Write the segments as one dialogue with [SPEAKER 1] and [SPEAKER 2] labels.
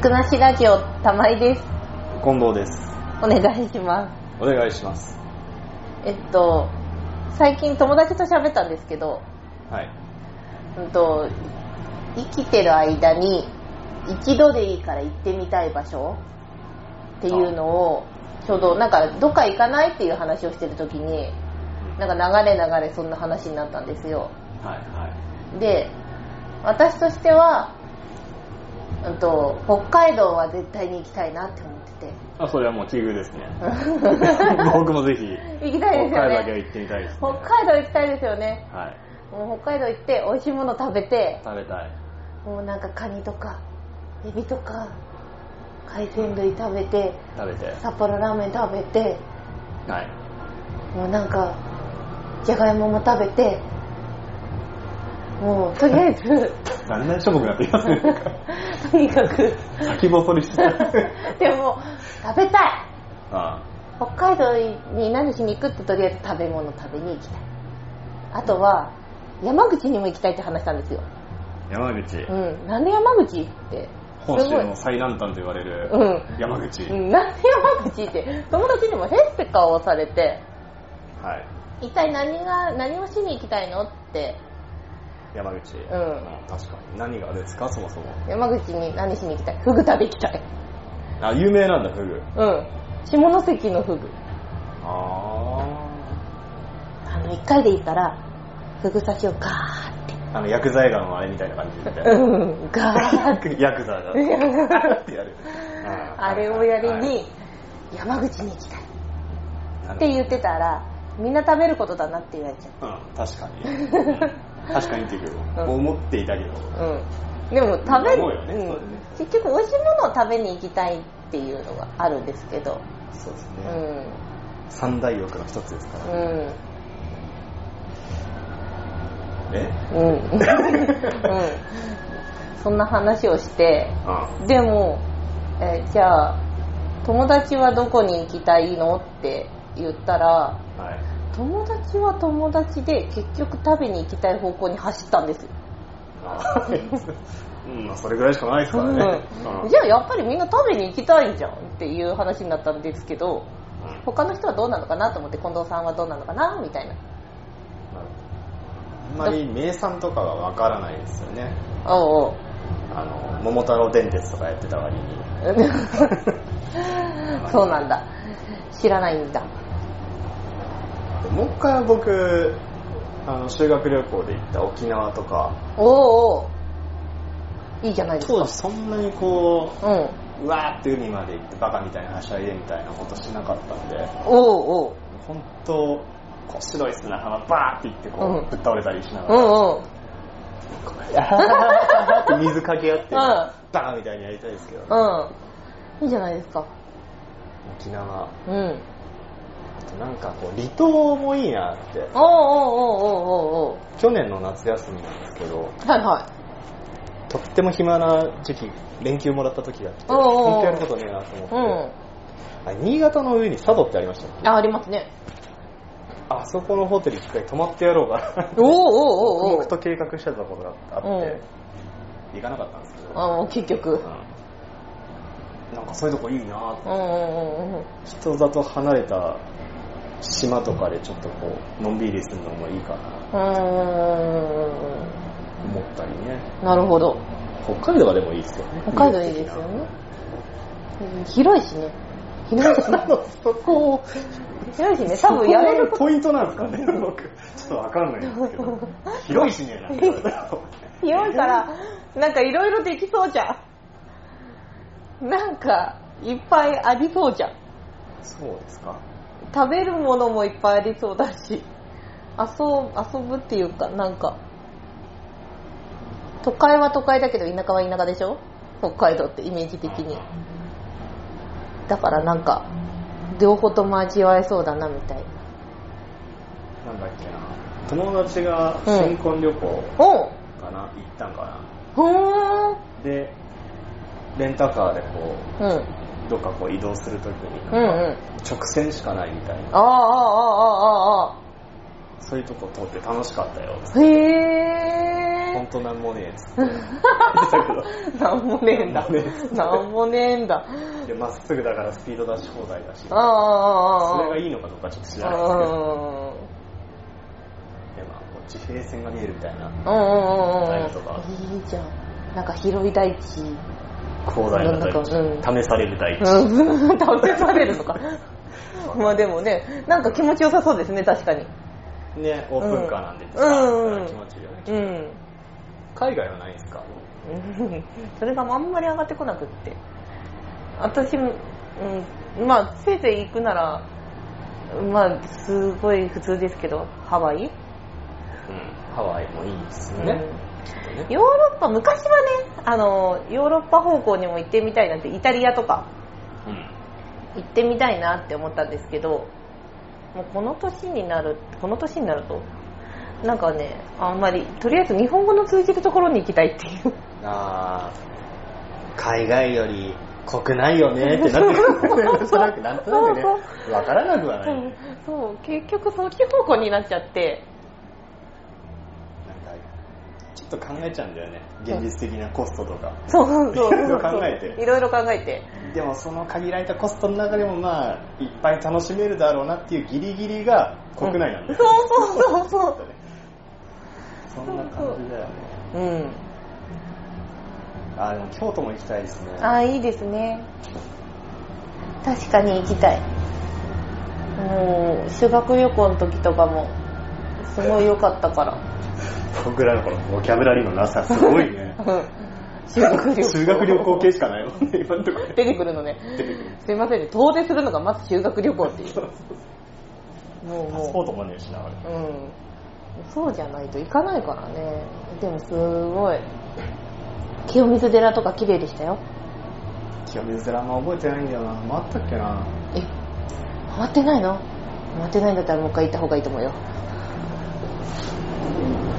[SPEAKER 1] くなしラジオ玉井です
[SPEAKER 2] 近藤です
[SPEAKER 1] お願いしま
[SPEAKER 2] お願いします
[SPEAKER 1] すえっと最近友達と喋ったんですけど、
[SPEAKER 2] はい
[SPEAKER 1] うん、と生きてる間に一度でいいから行ってみたい場所っていうのをちょうどなんかどっか行かないっていう話をしてる時になんか流れ流れそんな話になったんですよ
[SPEAKER 2] はいは
[SPEAKER 1] で私としては、うん、と北海道は絶対に行きたいなって思っ てて
[SPEAKER 2] いあそれはもう奇遇ですね僕もぜひ
[SPEAKER 1] 行き
[SPEAKER 2] 北
[SPEAKER 1] たいで
[SPEAKER 2] 海
[SPEAKER 1] すよ
[SPEAKER 2] 道だけは
[SPEAKER 1] ね
[SPEAKER 2] 行ってみたいですね
[SPEAKER 1] 北海道行きたいですよね
[SPEAKER 2] はい
[SPEAKER 1] もう北海道行って美味しいもの食べて
[SPEAKER 2] 食べたい
[SPEAKER 1] もうなんかカニとかエビとか海鮮類食べて
[SPEAKER 2] 食べて
[SPEAKER 1] 札幌ラーメン食べて
[SPEAKER 2] はい
[SPEAKER 1] もうなんかじゃがいもも食べてもうとりあえず
[SPEAKER 2] だんだんしょぼくなってきますね
[SPEAKER 1] とにかく
[SPEAKER 2] 先細 りしてる
[SPEAKER 1] でも食べたい
[SPEAKER 2] あ
[SPEAKER 1] 北海道に何しに行くってとりあえず食べ物食べに行きたいあとは山口にも行きたいって話したんですよ
[SPEAKER 2] 山口
[SPEAKER 1] うんなんで山口って
[SPEAKER 2] 本州の最南端と言われる
[SPEAKER 1] うん
[SPEAKER 2] 山口
[SPEAKER 1] すごいうんなんで山口って友達にもへっぺかをされて
[SPEAKER 2] はい
[SPEAKER 1] 一体何が何をしに行きたいのって
[SPEAKER 2] 山口うん確かに何がですかそもそも
[SPEAKER 1] 山口に何しに行きたいフグ食べ行きたい
[SPEAKER 2] あ有名なんだフグ
[SPEAKER 1] うん下関のフグ
[SPEAKER 2] あ
[SPEAKER 1] あの1回でいいからフグ刺しをガーって
[SPEAKER 2] ああの薬剤映画のあれみたいな感じで
[SPEAKER 1] うんガーって
[SPEAKER 2] ヤクザ がってやる
[SPEAKER 1] あれをやりに山口に行きたいって
[SPEAKER 2] う
[SPEAKER 1] 言ってたらみんな食べることだなって言われちゃっ
[SPEAKER 2] ん 確かに確かにっていうけど
[SPEAKER 1] うん
[SPEAKER 2] 思っていたけど
[SPEAKER 1] たうんでも食べる
[SPEAKER 2] 思うよね
[SPEAKER 1] うん
[SPEAKER 2] そうだね
[SPEAKER 1] 結局美味しいものを食べに行きたいっていうのがあるんですけど
[SPEAKER 2] そうです
[SPEAKER 1] う
[SPEAKER 2] ね
[SPEAKER 1] ん
[SPEAKER 2] 三大欲の一つですか
[SPEAKER 1] う
[SPEAKER 2] ら
[SPEAKER 1] ん
[SPEAKER 2] え
[SPEAKER 1] うん うんそんな話をして
[SPEAKER 2] あ
[SPEAKER 1] でもえーじゃあ友達はどこに行きたいのって言ったら
[SPEAKER 2] はい
[SPEAKER 1] 友達は友達で結局食べに行きたい方向に走ったんですよ
[SPEAKER 2] あうんまあそれぐらいしかないですからね
[SPEAKER 1] うんじゃあやっぱりみんな食べに行きたいじゃんっていう話になったんですけど
[SPEAKER 2] うんうん
[SPEAKER 1] 他の人はどうなのかなと思って近藤さんはどうなのかなみたいな
[SPEAKER 2] あんまり名産とかがわからないですよね
[SPEAKER 1] おうおう
[SPEAKER 2] あの桃太郎電鉄とかやってた割に
[SPEAKER 1] そうなんだ知らないんだ
[SPEAKER 2] でもう一回僕あの修学旅行で行った沖縄とか
[SPEAKER 1] おうおういいじゃないです
[SPEAKER 2] 当
[SPEAKER 1] か
[SPEAKER 2] 時そんなにこ
[SPEAKER 1] うん
[SPEAKER 2] ううわーって海まで行ってバカみたいなはしゃいでみたいなことしなかったんで
[SPEAKER 1] おうおう
[SPEAKER 2] 本当こう白い砂浜バーって行ってこう、
[SPEAKER 1] うん
[SPEAKER 2] ぶっ倒れたりしなが
[SPEAKER 1] う
[SPEAKER 2] ら、
[SPEAKER 1] んうん
[SPEAKER 2] こうやーって水かけ合っ
[SPEAKER 1] う
[SPEAKER 2] て、
[SPEAKER 1] ん
[SPEAKER 2] バカみたいにやりたいですけど、
[SPEAKER 1] うんいいじゃないですか
[SPEAKER 2] 沖縄
[SPEAKER 1] うん
[SPEAKER 2] あとなんかこう離島もいいなって
[SPEAKER 1] おうおうおうおうおうお
[SPEAKER 2] 去年の夏休みなんですけど
[SPEAKER 1] うはいはい
[SPEAKER 2] とっても暇な時期連休もらった時があって
[SPEAKER 1] おうおうおう
[SPEAKER 2] 本当やることねえなと思って、
[SPEAKER 1] う
[SPEAKER 2] あ新潟の上に佐渡ってありましたっ
[SPEAKER 1] んあありますね
[SPEAKER 2] けあそこのホテル一回泊まってやろうかな
[SPEAKER 1] おうおうおうお
[SPEAKER 2] 僕
[SPEAKER 1] う
[SPEAKER 2] と計画してたことがあって、行かなかったんですけど、
[SPEAKER 1] あもう結局
[SPEAKER 2] うんなんかそういうとこいいなぁ
[SPEAKER 1] うんうんうんうん
[SPEAKER 2] 人里離れた島とかでちょっとこうのんびりするのもいいかな
[SPEAKER 1] うーん
[SPEAKER 2] と思ったりね
[SPEAKER 1] なるほど
[SPEAKER 2] 北海道はでもいいですよね
[SPEAKER 1] 北海道いいですよねうん広いしね広いしね
[SPEAKER 2] そこを
[SPEAKER 1] 広いしね多分やれるこ
[SPEAKER 2] そこがポイントなんですかね 僕ちょっとわかんないんですけど広いしねえな
[SPEAKER 1] と広いからなんかいろいろできそうじゃんなんかいっぱいありそうじゃん
[SPEAKER 2] そうですか
[SPEAKER 1] 食べるものもいっぱいありそうだし遊ぶ遊ぶっていうかなんか都会は都会だけど田舎は田舎でしょ北海道ってイメージ的にだからなんか両方とも味わえそうだなみたいな
[SPEAKER 2] なんだっけな友達が新婚旅行
[SPEAKER 1] おう
[SPEAKER 2] かな、行ったんか
[SPEAKER 1] ほーん
[SPEAKER 2] なでレンタカーでこ
[SPEAKER 1] うんうん
[SPEAKER 2] うどっかこう移動するときに
[SPEAKER 1] うんあ
[SPEAKER 2] 直線しかないみたいな
[SPEAKER 1] あああああああ
[SPEAKER 2] そういうとこ通って楽しかったよ
[SPEAKER 1] あへえ
[SPEAKER 2] んとなんもねえっ つって言ってたけど
[SPEAKER 1] なんもねえんだなんもねえんだ
[SPEAKER 2] いやまっすぐだからスピード出し放題だし
[SPEAKER 1] ああああ
[SPEAKER 2] それが
[SPEAKER 1] い
[SPEAKER 2] いいのかどうかちょっと知
[SPEAKER 1] じ
[SPEAKER 2] ら
[SPEAKER 1] ゃ
[SPEAKER 2] ない
[SPEAKER 1] な
[SPEAKER 2] ですけど
[SPEAKER 1] いです
[SPEAKER 2] いやまあこっち平線が見えるみたいな
[SPEAKER 1] うんうんうんうん
[SPEAKER 2] ライブとか
[SPEAKER 1] いいじゃんなんか広い大地
[SPEAKER 2] 広大な大地
[SPEAKER 1] うん
[SPEAKER 2] 試される大地
[SPEAKER 1] うん倒せされるのかまあでもねなんか気持ちよさそうですね確かに
[SPEAKER 2] ねオープンカーなんで
[SPEAKER 1] うんうんうん
[SPEAKER 2] 気持ちいいよね
[SPEAKER 1] うん
[SPEAKER 2] 海外はないんすか
[SPEAKER 1] うん それがあんまり上がってこなくって私、うん、まあせいぜい行くならまあすごい普通ですけどハワイ、
[SPEAKER 2] うんハワイもいいですよ
[SPEAKER 1] うん
[SPEAKER 2] ねきっとね
[SPEAKER 1] ヨーロッパ昔はねあのヨーロッパ方向にも行ってみたいなってイタリアとか
[SPEAKER 2] うん
[SPEAKER 1] 行ってみたいなって思ったんですけどもうこの年になるこの年になるとなんかねあんまりとりあえず日本語の通じるところに行きたいっていう
[SPEAKER 2] あー海外より国内よねってな ってくるなんとなくなんとなくね
[SPEAKER 1] そう
[SPEAKER 2] わからなくはない、
[SPEAKER 1] うん
[SPEAKER 2] なんか
[SPEAKER 1] そう結局そっち方向になっちゃって
[SPEAKER 2] ちょっと考えちゃうんだよね現実的なコストとか
[SPEAKER 1] そうそうそう
[SPEAKER 2] いろいろ考えて
[SPEAKER 1] いろいろ考えて
[SPEAKER 2] でもその限られたコストの中でもまあいっぱい楽しめるだろうなっていうギリギリが国内なんだよ、
[SPEAKER 1] そうそうそうそ
[SPEAKER 2] そんな感じだよね
[SPEAKER 1] ううん
[SPEAKER 2] あーでも京都も行きたいですね
[SPEAKER 1] ああいいですね確かに行きたいもう修学旅行の時とかもすごい良かったから
[SPEAKER 2] 僕らのこのボキャブラリーのなさすごい ね
[SPEAKER 1] うん修学旅行
[SPEAKER 2] 修学旅行系しかないもんね今のところ
[SPEAKER 1] 出てくるのね
[SPEAKER 2] 出てくる
[SPEAKER 1] すいませんね遠出するのがまず修学旅行っていうもう
[SPEAKER 2] パスポー
[SPEAKER 1] も
[SPEAKER 2] トもねえしなあれ
[SPEAKER 1] ううんそうじゃないと行かないからねでもすごい清水寺とか綺麗でしたよ
[SPEAKER 2] 清水寺あんま覚えてないんだよな回ったっけな
[SPEAKER 1] え回ってないの回ってないんだったらもう一回行った方がいいと思うよ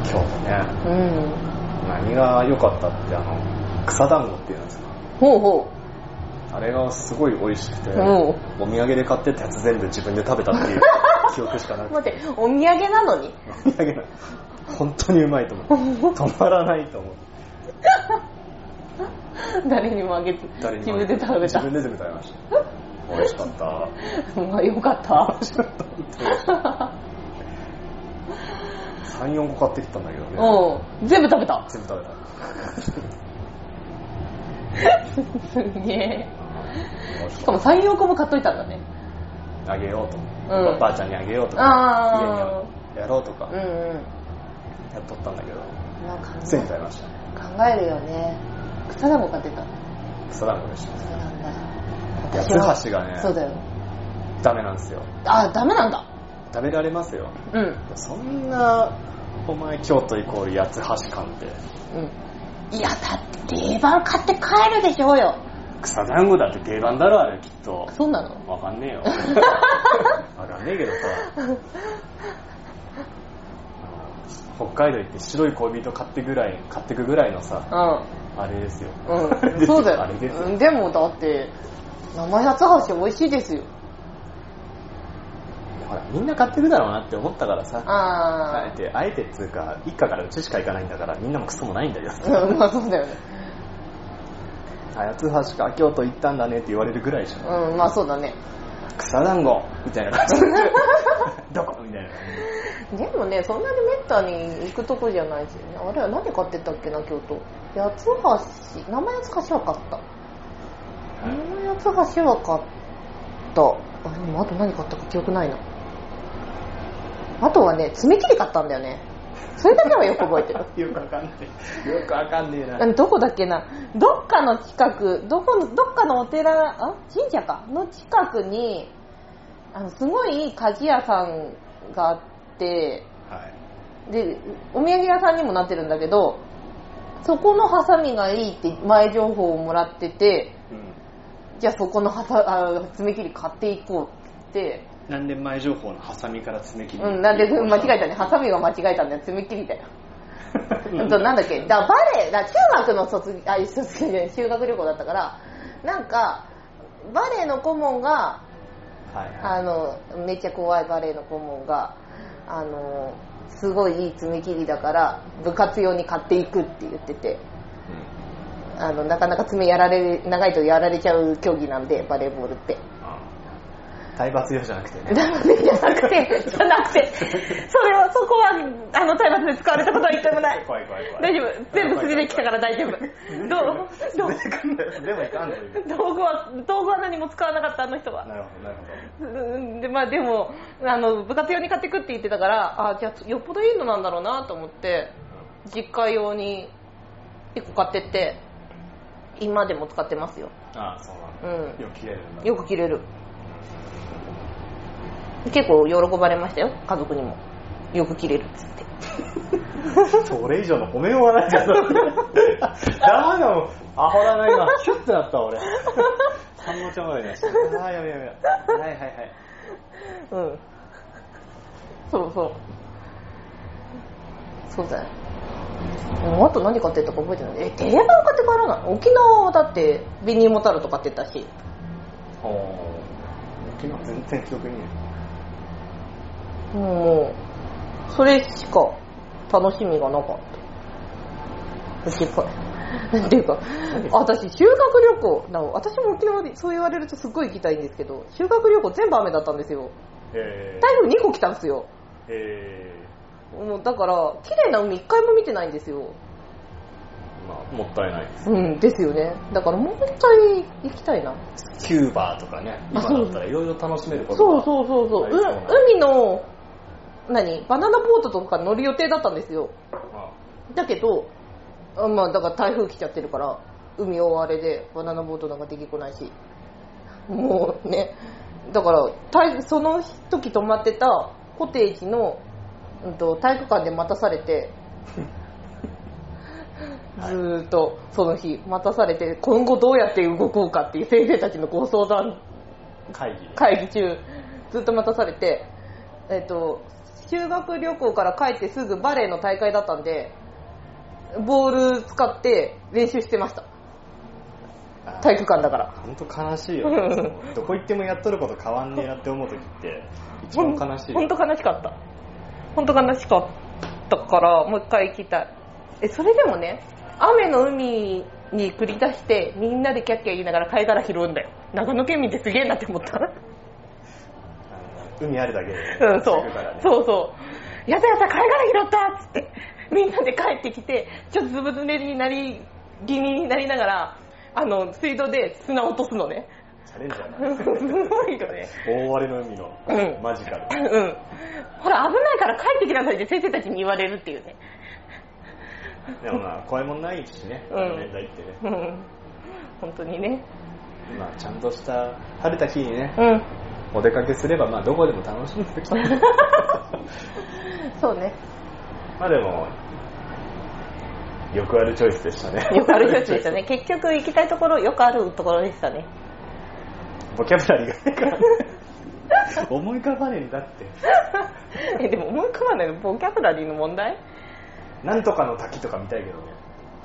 [SPEAKER 2] 京都ね
[SPEAKER 1] うん
[SPEAKER 2] 何が良かったってあの草団子っていうんですか
[SPEAKER 1] ほうほ
[SPEAKER 2] あれがすごい美味しくて、
[SPEAKER 1] うん
[SPEAKER 2] お土産で買ってったやつ全部自分で食べた っていう記憶しかな
[SPEAKER 1] う
[SPEAKER 2] くて
[SPEAKER 1] 待ってお土産なのに
[SPEAKER 2] お土産な本当にうまいと思 う止まらないと思う
[SPEAKER 1] 誰にもあげず
[SPEAKER 2] 誰に
[SPEAKER 1] 自
[SPEAKER 2] も
[SPEAKER 1] 分で食べた
[SPEAKER 2] 自分で全部食べました美味しかっ た
[SPEAKER 1] まあよかった
[SPEAKER 2] 34個買ってきたんだけどね
[SPEAKER 1] うん全部食べた
[SPEAKER 2] 全部 食べた
[SPEAKER 1] すげえ
[SPEAKER 2] 美味し
[SPEAKER 1] し
[SPEAKER 2] か
[SPEAKER 1] かも
[SPEAKER 2] っ
[SPEAKER 1] 34個も買っといたんだね
[SPEAKER 2] たあげようと
[SPEAKER 1] うん
[SPEAKER 2] ばあちゃんにあげようと
[SPEAKER 1] あ
[SPEAKER 2] か
[SPEAKER 1] ー
[SPEAKER 2] 家にやろうとか
[SPEAKER 1] うんうん
[SPEAKER 2] やっとったんだけど
[SPEAKER 1] まあ考
[SPEAKER 2] 全部食べました
[SPEAKER 1] 考えるよね草団子買ってた
[SPEAKER 2] 草団子でした
[SPEAKER 1] そうなんだ
[SPEAKER 2] 八つ橋がね
[SPEAKER 1] そうだよ
[SPEAKER 2] ダメなんですよ
[SPEAKER 1] あダメなんだ
[SPEAKER 2] 食べられますよ
[SPEAKER 1] うん
[SPEAKER 2] そんなお前京都イコール八つ橋館って
[SPEAKER 1] うんいやだって定番買って帰るでしょうよ
[SPEAKER 2] 草団子だって定番だろあれきっと
[SPEAKER 1] そうなの
[SPEAKER 2] わかんね えよわかんねえけどさあの北海道行って白い恋人買ってぐらい買ってくぐらいのさあれですよ、
[SPEAKER 1] うん、
[SPEAKER 2] あ
[SPEAKER 1] う
[SPEAKER 2] れ
[SPEAKER 1] ん、そうだよ
[SPEAKER 2] あれですよ、
[SPEAKER 1] うんでもだって生八つ橋美味しいですよ
[SPEAKER 2] ほらみんな買ってくだろうなって思ったからさあ
[SPEAKER 1] あ
[SPEAKER 2] えてあえてっつうか一家からうちしか行かないんだからみんなもクソもないんだよ
[SPEAKER 1] あ、うん、まあそうだよね
[SPEAKER 2] あ八つ橋か京都行ったんだねって言われるぐらいじゃん
[SPEAKER 1] うんまあそうだね
[SPEAKER 2] 草団子みたい な感じどこみたいな感
[SPEAKER 1] でもねそんなにめったに行くとこじゃないしねあれは何買ってったっけな京都八つ橋生八つ橋は買った生八つ橋は買ったあでもあと何買ったか記憶ないなあとはね爪切り買ったんだよねそれだけはよく覚えて る
[SPEAKER 2] じよくわかんねえよくわかんねえな
[SPEAKER 1] あのどこだっけなどっかの近くどこのどっかのお寺あ神社かの近くにあのすごいいい鍛冶屋さんがあって
[SPEAKER 2] はい
[SPEAKER 1] でお土産屋さんにもなってるんだけどそこのハサミがいいって前情報をもらってて
[SPEAKER 2] うん
[SPEAKER 1] じゃあそこのハサあ爪切り買っていこうって
[SPEAKER 2] 何年前情報のハサミから爪切り
[SPEAKER 1] うんなんで間違えたねハサミが間違えたんだよ爪切りだよ
[SPEAKER 2] た
[SPEAKER 1] うんとなんだっけだバレエだ中学の卒業あ卒業じゃない修学旅行だったからなんかバレエの顧問が
[SPEAKER 2] はいはい
[SPEAKER 1] あのめっちゃ怖いバレエの顧問があのすごいいい爪切りだから部活用に買っていくって言っててあのなかなか爪やられ長いとやられちゃう競技なんでバレーボールって
[SPEAKER 2] 体罰用じゃなくてね
[SPEAKER 1] なのでじゃなくてじゃなくてそれはそこはあの体罰で使われたことは一回もない
[SPEAKER 2] 怖い怖い怖い
[SPEAKER 1] 大丈夫全部素手できたから大丈夫どうどう
[SPEAKER 2] でもいかんのよ
[SPEAKER 1] 道具は道具は何も使わなかったあの人は
[SPEAKER 2] なるほどなるほど
[SPEAKER 1] うんでまあ、でもあの部活用に買ってくって言ってたからあじゃあよっぽどいいのなんだろうなと思って実家用に1個買ってって今でも使ってますよ、
[SPEAKER 2] ああそうなん
[SPEAKER 1] う
[SPEAKER 2] だ
[SPEAKER 1] ん、
[SPEAKER 2] よく切れるんだ
[SPEAKER 1] よく着れる結構喜ばれましたよ家族にもよく着れるっつって
[SPEAKER 2] それ以上の褒めようがない じゃんダメだもんアホだな今キュッてなった 俺三の茶まで出したああやべやべやべはいはいはい
[SPEAKER 1] うんそうそうそうだようんあと何買ってったか覚えてないえ定番買って帰らない沖縄はだってビニーモタルとかってたし
[SPEAKER 2] おお昨日全然記憶にない
[SPEAKER 1] もうそれしか楽しみがなか ったうちかっていうか私修学旅行なお私も沖縄でそう言われるとすっごい行きたいんですけど修学旅行全部雨だったんですよ
[SPEAKER 2] え
[SPEAKER 1] 台風2個来たんですよ
[SPEAKER 2] ー、え
[SPEAKER 1] もうだから綺麗な海1回も見てないんですよ
[SPEAKER 2] ー、まあもったいないです
[SPEAKER 1] うんですよねだからもう一回行きたいな
[SPEAKER 2] キューバーとかね今だったらいろいろ楽しめること
[SPEAKER 1] そう
[SPEAKER 2] う
[SPEAKER 1] そうそうそう、う
[SPEAKER 2] ありそう
[SPEAKER 1] 海の何バナナボートとか乗る予定だったんですよだけどあまあだから台風来ちゃってるから海大荒れでバナナボートなんかできっこないしもうねだから台その時泊まってたコテージの、うん、と体育館で待たされてずーっとその日待たされて今後どうやって動こうかっていう先生たちのご相談
[SPEAKER 2] 会議
[SPEAKER 1] 会議中ずっと待たされてえっ、と修学旅行から帰ってすぐバレエの大会だったんでボール使って練習してました体育館だから
[SPEAKER 2] 本当悲しいよねそのどこ行ってもやっとること変わんねえなって思う時って一番悲しいよ
[SPEAKER 1] 本当悲しかった本当悲しかったからもう一回行きたいえそれでもね雨の海に繰り出してみんなでキャッキャ言いながら貝殻拾うんだよ長野県民ってすげえなって思った
[SPEAKER 2] 海あるだけで、
[SPEAKER 1] うん、そう
[SPEAKER 2] だからね、
[SPEAKER 1] そうそう。やったやった、貝殻拾ったっつって、みんなで帰ってきて、ちょっとずぶずねになり、気味になりながら、あの、水道で砂落とすのね。
[SPEAKER 2] チャレンジャー
[SPEAKER 1] す
[SPEAKER 2] な
[SPEAKER 1] ごいよね。
[SPEAKER 2] 大荒れの海の
[SPEAKER 1] うん
[SPEAKER 2] マジカル、
[SPEAKER 1] うん。ほら、危ないから帰ってきなさいって先生たちに言われるっていうね。
[SPEAKER 2] でもまあ怖いもんないしね、
[SPEAKER 1] うん
[SPEAKER 2] 年代ってね
[SPEAKER 1] うん。本当にね。
[SPEAKER 2] まあちゃんとした晴れた日にね
[SPEAKER 1] うん。
[SPEAKER 2] お出かけすればまあどこでも楽しん できた
[SPEAKER 1] そうね。
[SPEAKER 2] まあでもよくあるチョイスでしたね
[SPEAKER 1] よくある人たちでしたね。 結局行きたいところ、よくあるところでしたね。
[SPEAKER 2] ボキャブラリーがないからね思い浮かばねえんだって
[SPEAKER 1] え、でも思い浮かばないの、ボキャブラリーの問題
[SPEAKER 2] なんとかの滝とか見たいけどね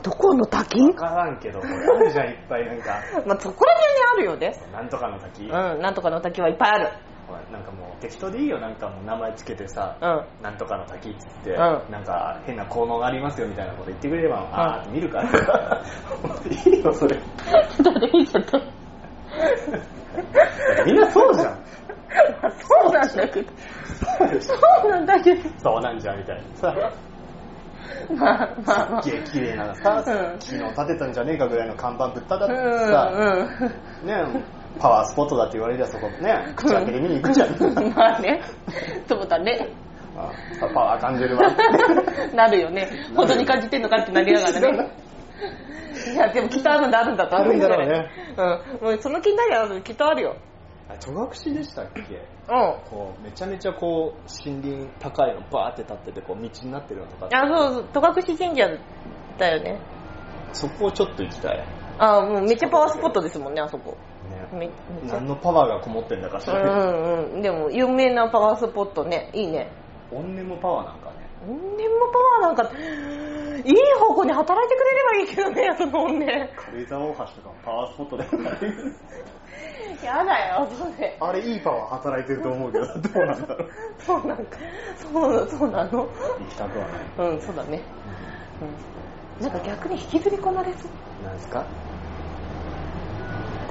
[SPEAKER 1] どこの滝
[SPEAKER 2] 分からんけどこれあるじゃんいっぱいなんか
[SPEAKER 1] まあ、そこら辺にあるよね。
[SPEAKER 2] なんとかの滝、
[SPEAKER 1] うん、なんとかの滝はいっぱいあ る。
[SPEAKER 2] ほらなんかもう適当でいいよなんかもう名前つけてさ、
[SPEAKER 1] う
[SPEAKER 2] なんとかの滝っつって、
[SPEAKER 1] うん
[SPEAKER 2] なんか変な効能がありますよみたいなこと言ってくれれば、あーって見るから いいよそれ
[SPEAKER 1] ん。だって見ちゃった。
[SPEAKER 2] みんなそうじゃん
[SPEAKER 1] そうなんだけど。
[SPEAKER 2] そうでしょ
[SPEAKER 1] そうなんだけど。
[SPEAKER 2] そうなんじゃんみたいなさ
[SPEAKER 1] まあまあまあ。
[SPEAKER 2] すっげえ綺麗なさ、
[SPEAKER 1] うん
[SPEAKER 2] 昨日建てたんじゃねえかぐらいの看板ぶっただってさ、
[SPEAKER 1] うんうん。
[SPEAKER 2] ねパワースポットだって言われりゃそこね口開けで見に行 くじゃん
[SPEAKER 1] まあね。そうだね。
[SPEAKER 2] あパワー感じ るわ
[SPEAKER 1] なるよね。本当に感じてんのかってなりながらね。いや、でもきっとあるんだ、あるんだと
[SPEAKER 2] あるんだろうね
[SPEAKER 1] うん。もうその気になりゃある、きっとあるよ。
[SPEAKER 2] あ戸隠でしたっけ
[SPEAKER 1] うん。あ、
[SPEAKER 2] こうめちゃめちゃこう森林高いのバーって立っててこう道になってるのとか
[SPEAKER 1] そう、戸隠神社だよね。
[SPEAKER 2] そこをちょっと行きたい、ね、
[SPEAKER 1] あもうめっちゃパワースポットですもんね、あそこ。めめっちゃ
[SPEAKER 2] 何のパワーがこもってんだかし
[SPEAKER 1] う
[SPEAKER 2] ら、ね
[SPEAKER 1] んうん、でも有名なパワースポットねいいね
[SPEAKER 2] 怨念もパワーなんかね
[SPEAKER 1] 怨念もパワーなんかいい方向に働いてくれればいいけどね、そのね。
[SPEAKER 2] 軽井沢大橋とかもパワースポットで
[SPEAKER 3] やだよ、それ。
[SPEAKER 2] あれいいパワー働いてると思 うけどどうなんだろう
[SPEAKER 1] そうなんか、そう、そうなの。
[SPEAKER 2] 行きたくはない
[SPEAKER 1] うん、そうだね。うん。なんか逆に引きずり込まれそう。
[SPEAKER 2] なんですか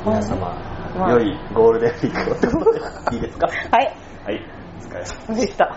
[SPEAKER 1] 皆
[SPEAKER 2] 皆
[SPEAKER 1] 様
[SPEAKER 2] 様、
[SPEAKER 1] まあ良
[SPEAKER 2] 良
[SPEAKER 1] い
[SPEAKER 2] いゴールデンウィークをいいですか
[SPEAKER 1] はい。
[SPEAKER 2] はい、お疲れ様
[SPEAKER 1] でした。